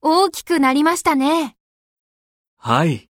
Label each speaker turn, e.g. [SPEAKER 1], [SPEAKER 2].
[SPEAKER 1] 大きくなりましたね。
[SPEAKER 2] はい。